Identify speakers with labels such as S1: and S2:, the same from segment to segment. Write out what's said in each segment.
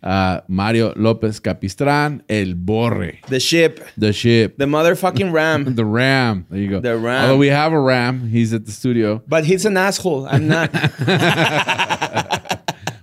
S1: Uh, Mario Lopez Capistran, El Borre,
S2: The ship.
S1: the ship,
S2: The motherfucking ram.
S1: the ram. There you go.
S2: The ram.
S1: Although we have a ram, he's at the studio.
S2: but he's an asshole. I'm not.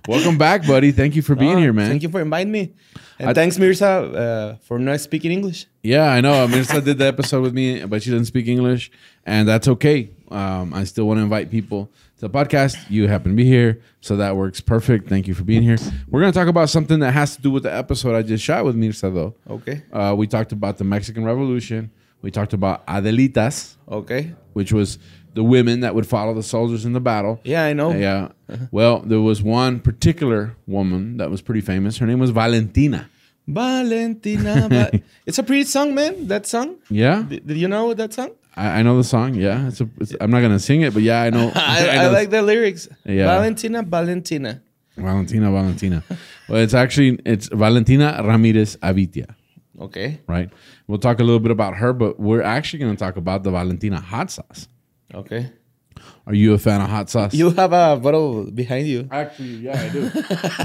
S1: Welcome back, buddy. Thank you for being here, man.
S2: Oh, Thank you for inviting me. And thanks, Mirza, uh, for not speaking English.
S1: Yeah, I know. Mirza did the episode with me, but she didn't speak English, and that's okay. Um, I still want to invite people to the podcast. You happen to be here, so that works perfect. Thank you for being here. We're going to talk about something that has to do with the episode I just shot with Mirza, though.
S2: Okay.
S1: Uh, we talked about the Mexican Revolution. We talked about Adelitas,
S2: Okay.
S1: which was the women that would follow the soldiers in the battle.
S2: Yeah, I know.
S1: Yeah.
S2: Uh-huh.
S1: Well, there was one particular woman that was pretty famous. Her name was Valentina.
S2: Valentina. Va- it's a pretty song, man. That song.
S1: Yeah,
S2: Did, did you know that song?
S1: I, I know the song. Yeah, it's a, it's, I'm not gonna sing it, but yeah, I know.
S2: I, I,
S1: know
S2: like the lyrics.
S1: Yeah.
S2: Valentina, Valentina.
S1: Valentina, Valentina. well, it's actually it's Valentina Ramirez Avitia,
S2: Okay.
S1: right? We'll talk a little bit about her, but we're actually gonna talk about the Valentina hot sauce.
S2: Okay.
S1: Are you a fan of hot sauce?
S2: You have a bottle behind you.
S1: Actually, yeah, I do.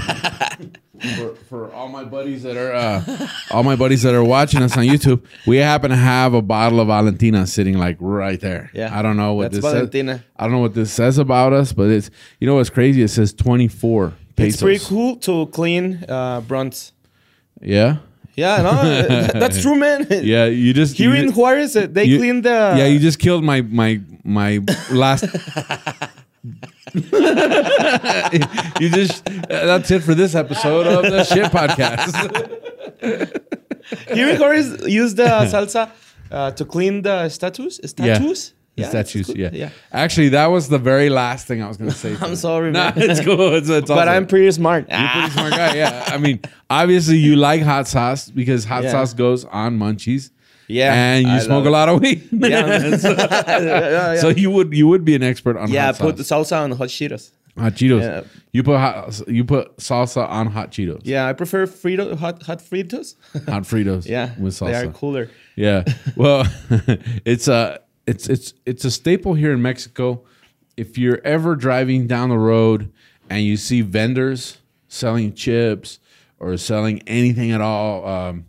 S1: for, for all my buddies that are uh, all my buddies that are watching us on YouTube, we happen to have a bottle of Valentina sitting like right there.
S2: Yeah.
S1: I don't know what
S2: That's
S1: this says-
S2: Valentina.
S1: I don't know what this says about us, but it's you know what's crazy? It says twenty four pesos.
S2: It's pretty cool to clean uh, bronze.
S1: Yeah,
S2: Yeah, no, that's true, man.
S1: yeah. You just
S2: Here
S1: you
S2: in
S1: ju-
S2: Juarez, uh, they
S1: you-
S2: clean the.
S1: yeah. You just killed my my my last. you just that's it for this episode of the shit podcast.
S2: Here in Juarez use the salsa uh, to clean the statues. Statues?
S1: The
S2: Yeah, it's
S1: statues,
S2: good.
S1: yeah. Actually, that was the very last thing I was going to say.
S2: I'm sorry,
S1: Nah,
S2: man.
S1: it's cool. It's, it's
S2: But
S1: awesome.
S2: I'm pretty smart. Ah.
S1: You're a pretty smart guy. Yeah. I mean, obviously, you like hot sauce because hot
S2: Yeah.
S1: sauce goes on munchies.
S2: Yeah,
S1: And you
S2: I
S1: smoke
S2: love
S1: a
S2: it.
S1: lot of weed.
S2: Yeah, yeah, yeah, yeah.
S1: So you would you would be an expert on
S2: Yeah,
S1: hot
S2: put the
S1: sauce.
S2: salsa on hot Cheetos.
S1: hot Cheetos.
S2: Yeah.
S1: You put hot, you put salsa on hot Cheetos.
S2: Yeah, I prefer frito, hot hot Fritos.
S1: Hot Fritos.
S2: yeah,
S1: With salsa.
S2: they are cooler.
S1: Yeah. Well, it's a it's it's it's a staple here in Mexico. If you're ever driving down the road and you see vendors selling chips or selling anything at all, um,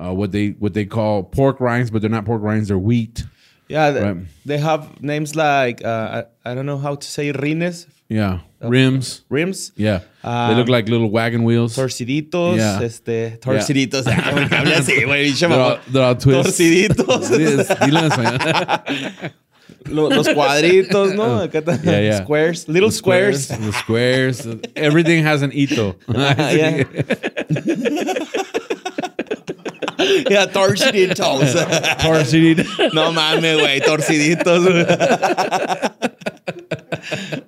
S1: uh, what they what they call pork rinds, but they're not pork rinds; they're wheat.
S2: Yeah, th-
S1: Right.
S2: they have names like uh, I, I don't know how to say rines,
S1: Yeah, rims.
S2: rims,
S1: Yeah, they
S2: Uh,
S1: look like little wagon wheels.
S2: torciditos,
S1: Yeah.
S2: este torciditos. Habla así, güey, bicho
S1: They're all,
S2: mamón.
S1: they're all twists.
S2: Torciditos.
S1: Yes, dilo en español.
S2: Lo- los cuadritos, ¿no? Acá está.
S1: Oh, Yeah, yeah.
S2: Squares, little squares. Ah,
S1: The squares. Everything has an ito.
S2: yeah. yeah, torciditos.
S1: Torcidito.
S2: no mames, güey, torciditos. güey.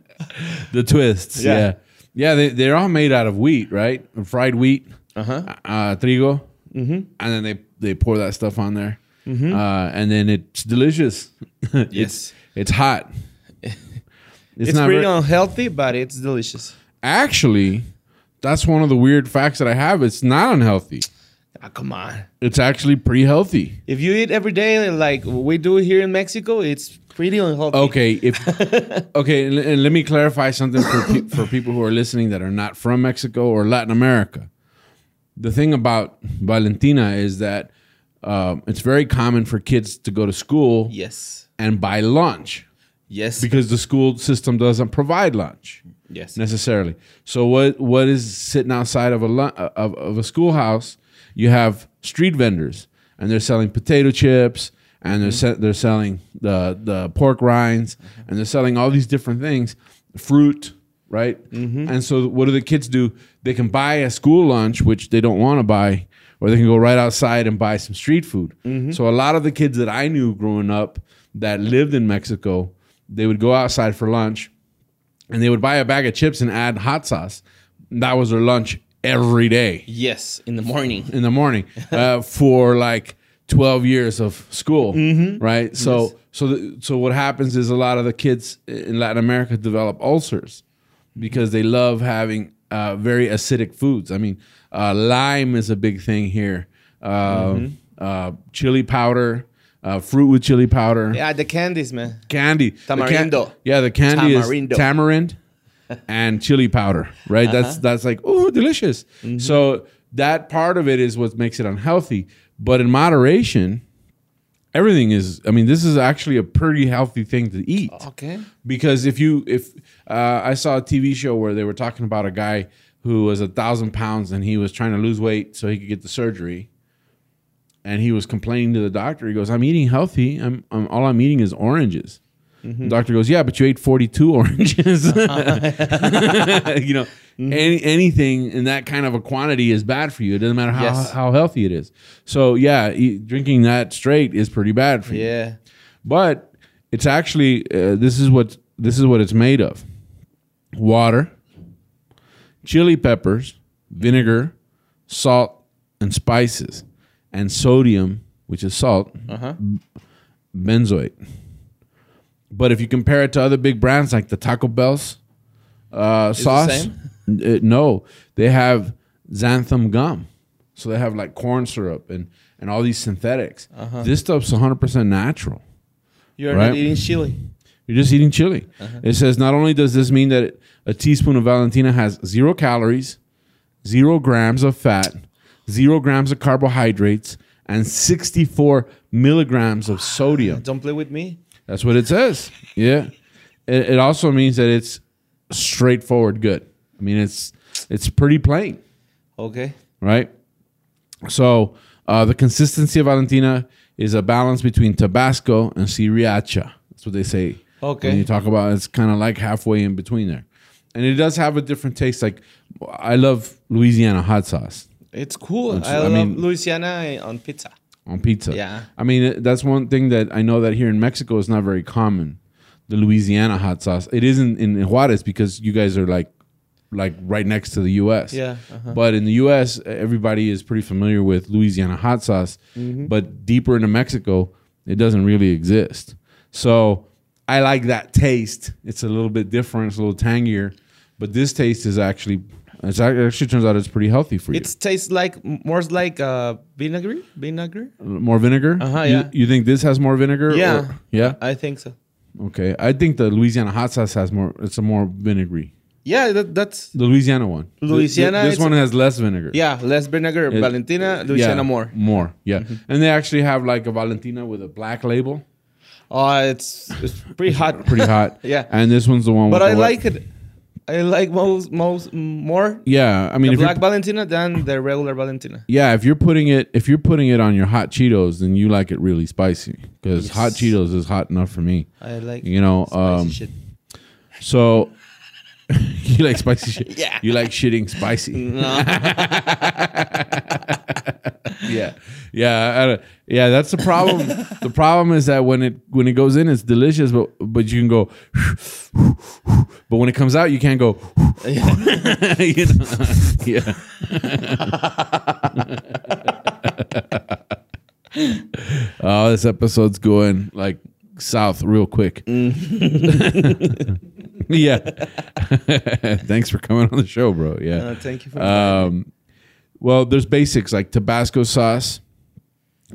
S1: the twists. Yeah.
S2: Yeah.
S1: Yeah, they, they're all made out of wheat, right? Fried wheat, uh-huh. uh, trigo. Mm-hmm. And then they, they pour that stuff on there. Uh, and then it's delicious. it's,
S2: Yes.
S1: it's hot. It's,
S2: It's
S1: not
S2: pretty
S1: very-
S2: unhealthy, but it's delicious.
S1: actually, that's one of the weird facts that I have. It's not unhealthy.
S2: Ah, come on.
S1: It's actually pretty healthy.
S2: If you eat every day like we do here in Mexico, it's pretty unhealthy.
S1: Okay, if okay, and, and let me clarify something for pe- for people who are listening that are not from Mexico or Latin America. The thing about Valentina is that um, it's very common for kids to go to school
S2: Yes.
S1: and buy lunch
S2: Yes.
S1: because the school system doesn't provide lunch
S2: yes.
S1: necessarily. So what what is sitting outside of a lu- of, of a schoolhouse? You have street vendors, and they're selling potato chips, and they're se- they're selling the the pork rinds, and they're selling all these different things, fruit, right? And so what do the kids do? They can buy a school lunch, which they don't want to buy, or they can go right outside and buy some street food. So a lot of the kids that I knew growing up that lived in Mexico, they would go outside for lunch and they would buy a bag of chips and add hot sauce. That was their lunch every day
S2: Yes, in the morning.
S1: in the morning uh, for like 12 years of school right so so the, so what happens is a lot of the kids in latin america develop ulcers because they love having uh, very acidic foods i mean uh, lime is a big thing here uh, uh, chili powder uh, fruit with chili powder
S2: Yeah, the candies, man.
S1: candy. The can-
S2: Tamarindo.
S1: yeah, the candy
S2: Tamarindo.
S1: is tamarind and chili powder, right? That's
S2: Uh-huh.
S1: that's like oh, delicious.
S2: Mm-hmm.
S1: So that part of it is what makes it unhealthy, but in moderation, everything is. I mean, this is actually a pretty healthy thing to eat
S2: Okay.
S1: because if you if uh, I saw a TV show where they were talking about a guy who was a thousand pounds and he was trying to lose weight so he could get the surgery, and he was complaining to the doctor. He goes, "I'm eating healthy. I'm, I'm all I'm eating is oranges." The doctor goes, "Yeah, but you ate 42 oranges. you know, any, anything in that kind of a quantity is bad for you. It doesn't matter how
S2: Yes.
S1: how healthy it is. So yeah, e- drinking that straight is pretty bad for you
S2: Yeah.
S1: but it's actually uh, this is what this is what it's made of water chili peppers vinegar salt and spices and sodium which is salt
S2: Uh-huh.
S1: benzoate but if you compare it to other big brands like the taco bells uh, sauce
S2: same?
S1: n- uh, no they have xanthan gum so they have like corn syrup and and all these synthetics
S2: Uh-huh.
S1: this stuff's 100% natural
S2: You're
S1: Right.
S2: not eating chili.
S1: you're just eating chili. It says not only does this mean that a teaspoon of Valentina has zero calories, zero grams of fat, zero grams of carbohydrates, and 64 milligrams of sodium.
S2: Don't play with me.
S1: That's what it says. Yeah. It, it also means that it's straightforward good. I mean, it's it's pretty plain
S2: Okay.
S1: right? So uh, the consistency of Valentina is a balance between Tabasco and Sriracha. That's what they say.
S2: Okay.
S1: When you talk about it, it's kind of like halfway in between there. And it does have a different taste. Like I love Louisiana hot sauce
S2: It's cool.
S1: It's-
S2: I,
S1: I
S2: love
S1: mean-
S2: Louisiana on pizza.
S1: on pizza.
S2: Yeah.
S1: I mean, that's one thing that I know that here in Mexico is not very common. The Louisiana hot sauce. It isn't in Juarez because you guys are like like right next to the US.
S2: Yeah, uh-huh.
S1: But in the US, everybody is pretty familiar with Louisiana hot sauce,
S2: Mm-hmm.
S1: but deeper into Mexico, it doesn't really exist. So, I like that taste. It's a little bit different, it's a little tangier, but this taste is actually it's ac- actually turns out it's pretty healthy for you.
S2: It tastes like more like uh, vinegar. Vinegar.
S1: more vinegar?
S2: Uh-huh,
S1: You-
S2: yeah.
S1: You, think this has more vinegar?
S2: Yeah.
S1: or- yeah.
S2: I think so.
S1: Okay, I think the Louisiana hot sauce has more. It's a more vinegary.
S2: Yeah, that, that's
S1: The Louisiana one. Th- th-
S2: Louisiana,
S1: this
S2: it's-
S1: one has less vinegar.
S2: yeah. Less vinegar.
S1: It-
S2: Valentina.
S1: yeah,
S2: Louisiana more. Mm-hmm.
S1: More. Yeah, and they actually have like a Valentina with a black label.
S2: Oh, it's it's pretty hot.
S1: Pretty hot.
S2: Yeah.
S1: And this one's the one.
S2: but
S1: with
S2: I
S1: the white-
S2: like it. I like most most more
S1: Yeah, I mean,
S2: the
S1: if you're,
S2: black Valentina than the regular Valentina.
S1: yeah, if you're putting it, if you're putting it on your hot Cheetos, then you like it really spicy because hot Cheetos is hot enough for me.
S2: I like
S1: You know,
S2: spicy
S1: um,
S2: shit.
S1: so you like spicy shit.
S2: Yeah.
S1: you like shitting spicy.
S2: No,
S1: yeah, yeah, I don't- yeah. That's the problem. the problem is that when it when it goes in, it's delicious, but but you can go. But when it comes out, you can't go. you know? Yeah. oh, this episode's going like south real quick. yeah. Thanks for coming on the show, bro. Yeah.
S2: no, thank you for
S1: Um, well, there's basics like Tabasco sauce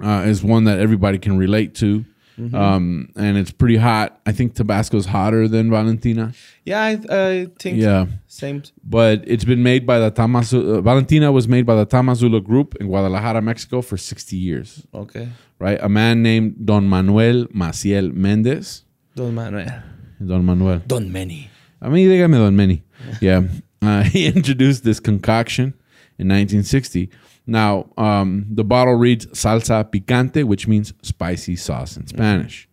S1: uh, is one that everybody can relate to, um, and it's pretty hot. I think Tabasco's hotter than Valentina.
S2: Yeah, I, I think
S1: Yeah,
S2: same.
S1: but it's been made by the Tamazu. Uh, Valentina was made by the Tamazula Group in Guadalajara, Mexico, for 60 years.
S2: Okay,
S1: Right, a man named Don Manuel Maciel Mendez.
S2: Don Manuel.
S1: Don Manuel.
S2: Don Many.
S1: A mí dígame Don Many. Yeah. Uh, he introduced this concoction in 1960. Now, um, the bottle reads salsa picante, which means spicy sauce in Spanish.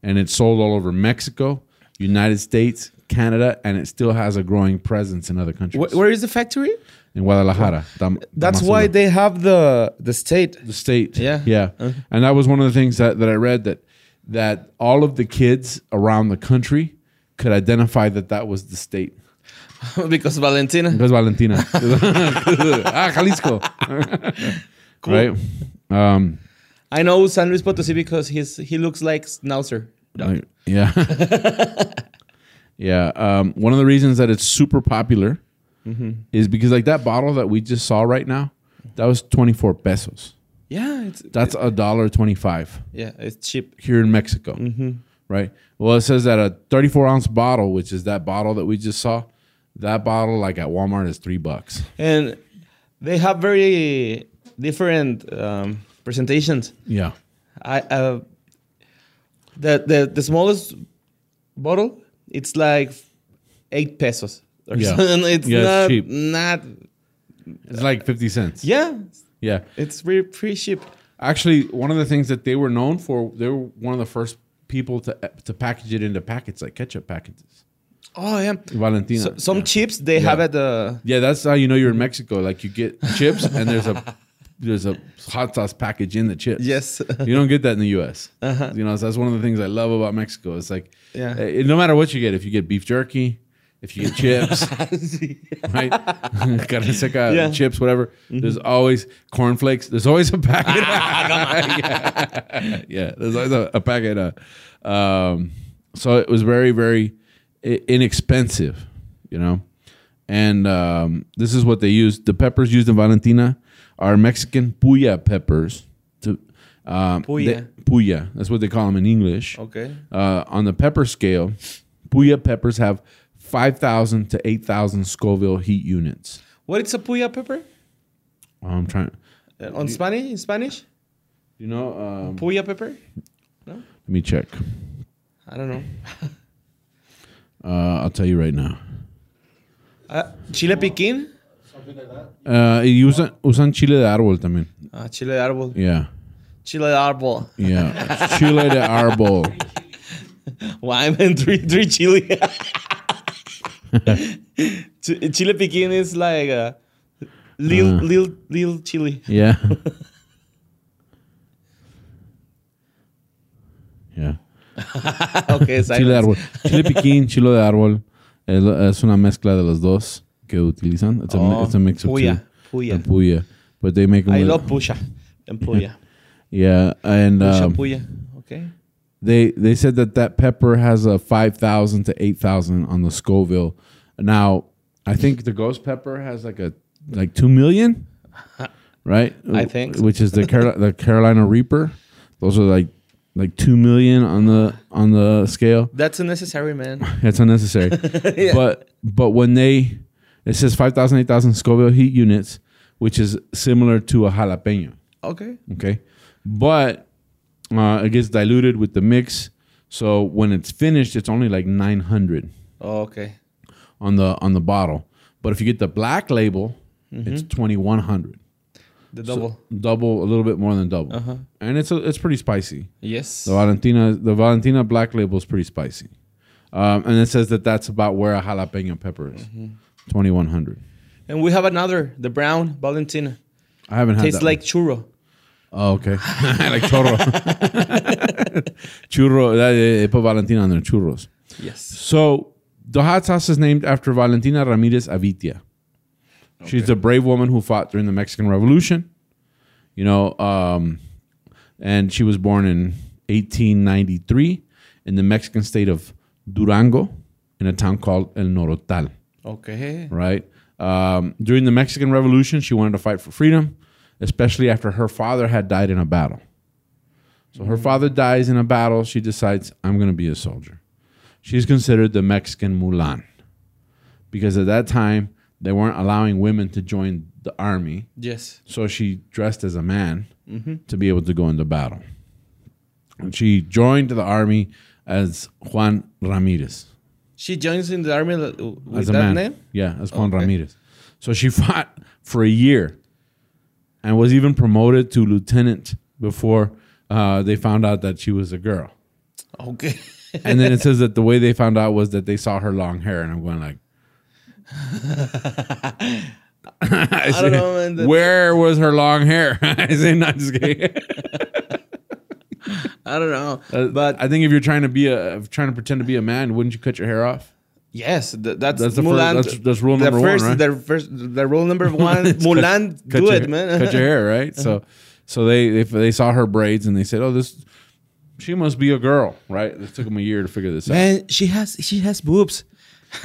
S1: And it's sold all over Mexico, United States, Canada, and it still has a growing presence in other countries.
S2: Wh- where is the factory?
S1: in Guadalajara. Tam-
S2: That's
S1: Tamaulipas
S2: why they have the the state.
S1: the state.
S2: Yeah. Uh-huh.
S1: Yeah. And that was one of the things that, that I read that that all of the kids around the country could identify that that was the state.
S2: because Valentina.
S1: Because Valentina. ah, Jalisco. Right? Um,
S2: I know San Luis Potosi because he's he looks like Schnauzer. dog.
S1: like- yeah. yeah. Um, one of the reasons that it's super popular
S2: Mm-hmm.
S1: is because, like, that bottle that we just saw right now, that was 24 pesos.
S2: Yeah, it's
S1: That's a dollar 25
S2: yeah, it's cheap.
S1: here in Mexico.
S2: Mm-hmm.
S1: Right? Well, it says that a 34 ounce bottle, which is that bottle that we just saw, that bottle, like, at Walmart is three bucks.
S2: And they have very different um, presentations.
S1: Yeah.
S2: I uh, the, the the smallest bottle it's like eight pesos. Or
S1: Yeah.
S2: something. it's
S1: Yeah, it's
S2: not
S1: cheap.
S2: not
S1: It's like 50 cents.
S2: yeah,
S1: Yeah.
S2: it's pretty, pretty cheap.
S1: Actually, one of the things that they were known for, they were one of the first people to to package it into packets, like ketchup packets.
S2: Oh yeah,
S1: Valentina.
S2: So, some
S1: yeah.
S2: chips they have at the
S1: yeah, that's how you know you're in Mexico. Like you get chips, and there's a there's a hot sauce package in the chips.
S2: yes. Uh-huh.
S1: you don't get that in the U.S. You know, so that's one of the things I love about Mexico. It's like,
S2: Yeah.
S1: eh, no matter what you get, if you get beef jerky, if you get chips, right? Carne seca,
S2: Yeah. Mm-hmm.
S1: chips, whatever. There's always cornflakes. There's always a packet. yeah. Yeah, there's always a, a packet. Uh, um, so it was very, very i- inexpensive, you know. And um, this is what they use. The peppers used in Valentina are Mexican puya peppers. To, um,
S2: Puya.
S1: they- puya. That's what they call them in English.
S2: okay.
S1: Uh, on the pepper scale, Puya peppers have 5,000 to 8,000 Scoville heat units.
S2: What is a puya pepper?
S1: I'm trying.
S2: Uh, on Spanish? In Spanish?
S1: You know, um, let
S2: Puya pepper?
S1: me check.
S2: I don't know.
S1: Uh, I'll tell you right now.
S2: Uh, chile piquin?
S1: Uh, y usan, usan chile de árbol también.
S2: Uh, chile de árbol.
S1: Yeah.
S2: Chile de árbol.
S1: Yeah. chile de árbol.
S2: Why well, I meant three, three chili? Ch- chile piquin is like a little,
S1: Uh.
S2: little, little chili.
S1: Yeah. Yeah.
S2: okay,
S1: Chile de
S2: silence.
S1: árbol. Chile piquín, chile de árbol. Es, es una mezcla de los dos que utilizan. It's a, mi-
S2: Oh,
S1: it's a mix of
S2: puya,
S1: two.
S2: puya.
S1: And puya. But they make them
S2: I
S1: with-
S2: love puya and puya.
S1: Yeah, and
S2: Puya,
S1: um,
S2: puya. Okay.
S1: they they said that that pepper has a five thousand to eight thousand on the Scoville. Now I think the ghost pepper has like a like two million, right?
S2: I think so.
S1: which is the Carol- the Carolina Reaper. Those are like like two million on the on the scale.
S2: That's unnecessary, man.
S1: That's unnecessary. But but when they it says 5,000, 8,000 Scoville heat units, which is similar to a jalapeno.
S2: Okay.
S1: Okay. But uh, it gets diluted with the mix. So when it's finished, it's only like 900
S2: okay.
S1: on the on the bottle. But if you get the black label, it's 2100. So
S2: The Mm-hmm. double.
S1: double, a little bit more than double.
S2: Uh-huh.
S1: And it's a, it's pretty spicy.
S2: yes.
S1: The Valentina the Valentina black label is pretty spicy. Um, and it says that that's about where a jalapeno pepper is.
S2: Mm-hmm.
S1: 2100.
S2: And we have another, the brown Valentina.
S1: I haven't had Ah,
S2: Tastes
S1: that one.
S2: like churro.
S1: Oh, okay. like churro. churro. that- They they put Valentina on their churros.
S2: Yes.
S1: So the hot sauce is named after Valentina Ramirez Avitia. She's the brave woman who fought during the Mexican Revolution. You know, um, and she was born in 1893 in the Mexican state of Durango in a town called El Norotal
S2: Okay.
S1: right? Um, during the Mexican Revolution, she wanted to fight for freedom, especially after her father had died in a battle. So her father dies in a battle. She decides, I'm going to be a soldier. She's considered the Mexican Mulan because at that time, they weren't allowing women to join the army.
S2: Yes.
S1: So she dressed as a man to be able to go into battle. And she joined the army as Juan Ramirez
S2: She joins in the army li- with
S1: as a
S2: that
S1: man.
S2: name.
S1: Yeah, as Juan
S2: Okay.
S1: Ramirez. So she fought for a year and was even promoted to lieutenant before uh, they found out that she was a girl.
S2: Okay.
S1: And then it says that the way they found out was that they saw her long hair, and I'm going like, I,
S2: don't
S1: say,
S2: know, man, that-
S1: Where was her long hair? I say, not just kidding.
S2: I don't know,
S1: Uh,
S2: but
S1: I think if you're trying to be a trying to pretend to be a man, wouldn't you cut your hair off?
S2: Yes, th- that's
S1: That's the first-
S2: Mulan.
S1: that's- that's rule
S2: the
S1: number one,
S2: first,
S1: right?
S2: The first, the rule number one.
S1: It's
S2: Mulan,
S1: cut
S2: do
S1: your,
S2: it, man.
S1: cut your hair, right?
S3: Uh-huh.
S1: So, so they, they they saw her braids and they said, "Oh, this she must be a girl, right?" It took them a year to figure this out.
S3: Man, she has she has boobs.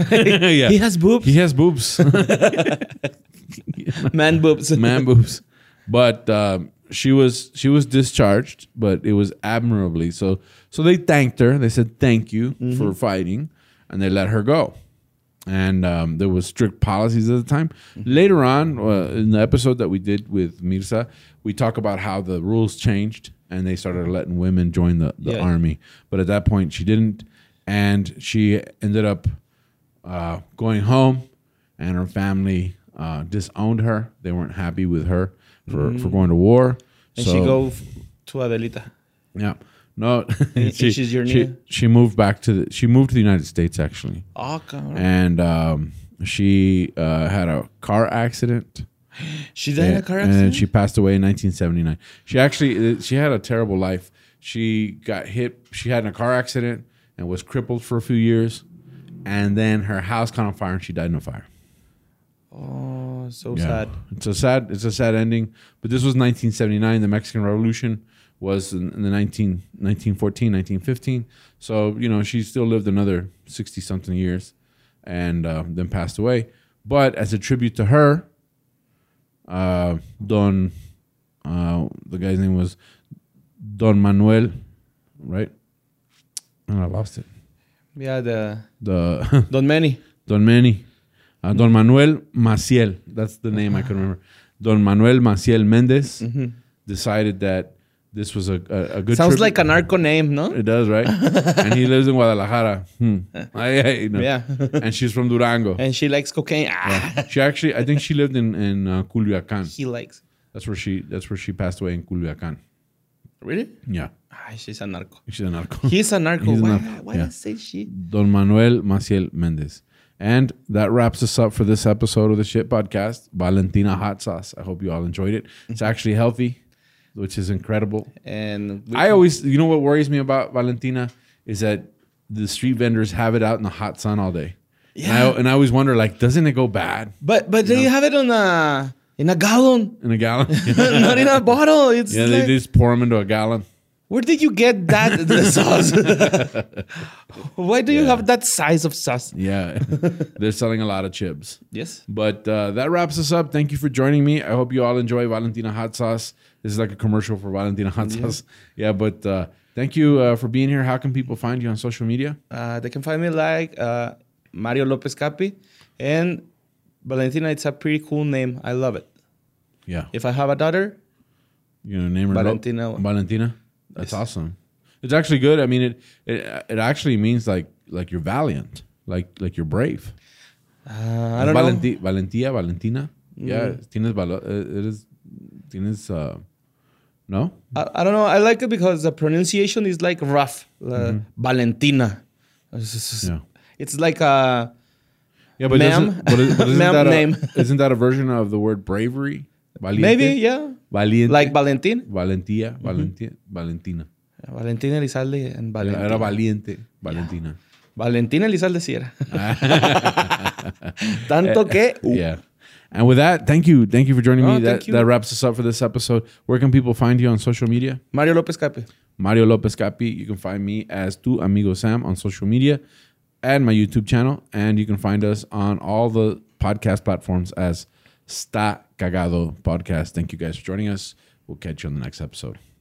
S1: yeah,
S3: He has boobs.
S1: he has boobs,
S2: Man boobs.
S1: man boobs. But um, she was she was discharged, but it was admirably. So so they thanked her. They said thank you for fighting, and they let her go. And um, there was strict policies at the time. Later on, uh, in the episode that we did with Mirza, we talk about how the rules changed and they started letting women join the, the
S2: Yeah.
S1: army. But at that point, she didn't, and she ended up uh, going home, and her family uh, disowned her. They weren't happy with her for, for going to war.
S2: Mm-hmm. and
S1: So-
S2: she go f- to Adelita.
S1: yeah. No,
S2: And
S1: she,
S2: she's your
S1: she,
S2: Nia?
S1: she moved back to the she moved to the United States actually,
S2: Oh, God.
S1: and um, she uh, had a car accident.
S2: She died in a
S1: Yeah,
S2: car
S1: And
S2: accident.
S1: eh, she passed away in 1979. She actually uh, she had a terrible life. She got hit. She had a car accident and was crippled for a few years, and then her house caught on fire and she died in a fire.
S2: oh, so
S1: Yeah.
S2: sad.
S1: It's a sad. It's a sad ending. But this was 1979. The Mexican Revolution was in, in the 19, 1914, 1915. So you know she still lived another 60 something years, and uh, then passed away. But as a tribute to her, uh, Don, uh, the guy's name was Don Manuel, right? And I lost it.
S2: Yeah, the
S1: The
S2: Don Manny.
S1: Don Manny. Uh, Don Manuel Maciel. That's the name I can remember. Don Manuel Maciel Mendez decided that this was a, a, a good
S2: Mm-hmm. Sounds
S1: tribute.
S2: like a narco name, no?
S1: It does, right? and he lives in Guadalajara. Hmm. I, I, you know.
S2: Yeah.
S1: and she's from Durango.
S2: And she likes cocaine. Ah,
S1: She actually, I think she lived in in uh, Culiacan.
S2: he likes.
S1: That's where she. That's where she passed away in Culiacan.
S2: Really?
S1: Yeah,
S2: Ah, she's a narco.
S1: she's a narco.
S2: He's a narco.
S1: He's a
S2: why
S1: narco,
S2: why
S1: yeah.
S2: did I say she?
S1: Don Manuel Maciel Mendez. And that wraps us up for this episode of the Shit Podcast, Valentina Hot Sauce. I hope you all enjoyed it. It's actually healthy, which is incredible.
S2: And we-
S1: I always, you know what worries me about Valentina is that the street vendors have it out in the hot sun all day. And, I,
S2: Yeah.
S1: and I always wonder, like, doesn't it go bad
S2: but but they have it on a in a gallon,
S1: in a gallon?
S2: not in a bottle. It's
S1: yeah,
S2: like,
S1: they just pour them into a gallon.
S2: where did you get that the sauce? why do you have that size of sauce?
S1: Yeah, they're selling a lot of chips.
S2: Yes.
S1: But uh, that wraps us up. Thank you for joining me. I hope you all enjoy Valentina Hot Sauce. This is like a commercial for Valentina Hot Sauce. Yeah, but uh, thank you uh, for being here. How can people find you on social media?
S2: Uh, they can find me like uh, Mario Lopez Capi and Valentina. It's a pretty cool name. I love it.
S1: Yeah,
S2: If I have a daughter,
S1: you know, name her
S2: Valentina.
S1: Valentina. That's awesome. It's actually good. I mean, it it it actually means like like you're valiant, like like you're brave.
S2: uh, I don't know. Mm.
S1: Valenti- Valentia, Valentina. Yeah, tienes valor. It is tienes. Uh, no,
S2: I, I don't know. I like it because the pronunciation is like rough. Uh, Valentina. It's, it's-
S1: Mm-hmm. Yeah.
S2: it's like uh, a
S1: Yeah, but
S2: Ma'am.
S1: isn't, but is, but isn't
S2: Ma'am
S1: that a,
S2: name.
S1: isn't that a version of the word bravery? Valiente?
S2: maybe yeah,
S1: Valiente.
S2: like Mm-hmm. Valentin,
S1: Valentia, Valentia, Valentina.
S2: Valentina Elizalde and Valentina.
S1: Era valiente, Valentina.
S2: Valentina Elizalde sí era.
S1: Ah.
S2: Tanto
S1: Eh,
S2: que
S1: Yeah. And with that, thank you. Thank you for joining
S2: Oh,
S1: me. That,
S2: thank you.
S1: that wraps us up for this episode. Where can people find you on social media?
S2: Mario López Capi.
S1: Mario Lopez Capi. You can find me as Tu Amigo Sam on social media and my YouTube channel. And you can find us on all the podcast platforms as Sta Cagado Podcast. Thank you guys for joining us. We'll catch you on the next episode.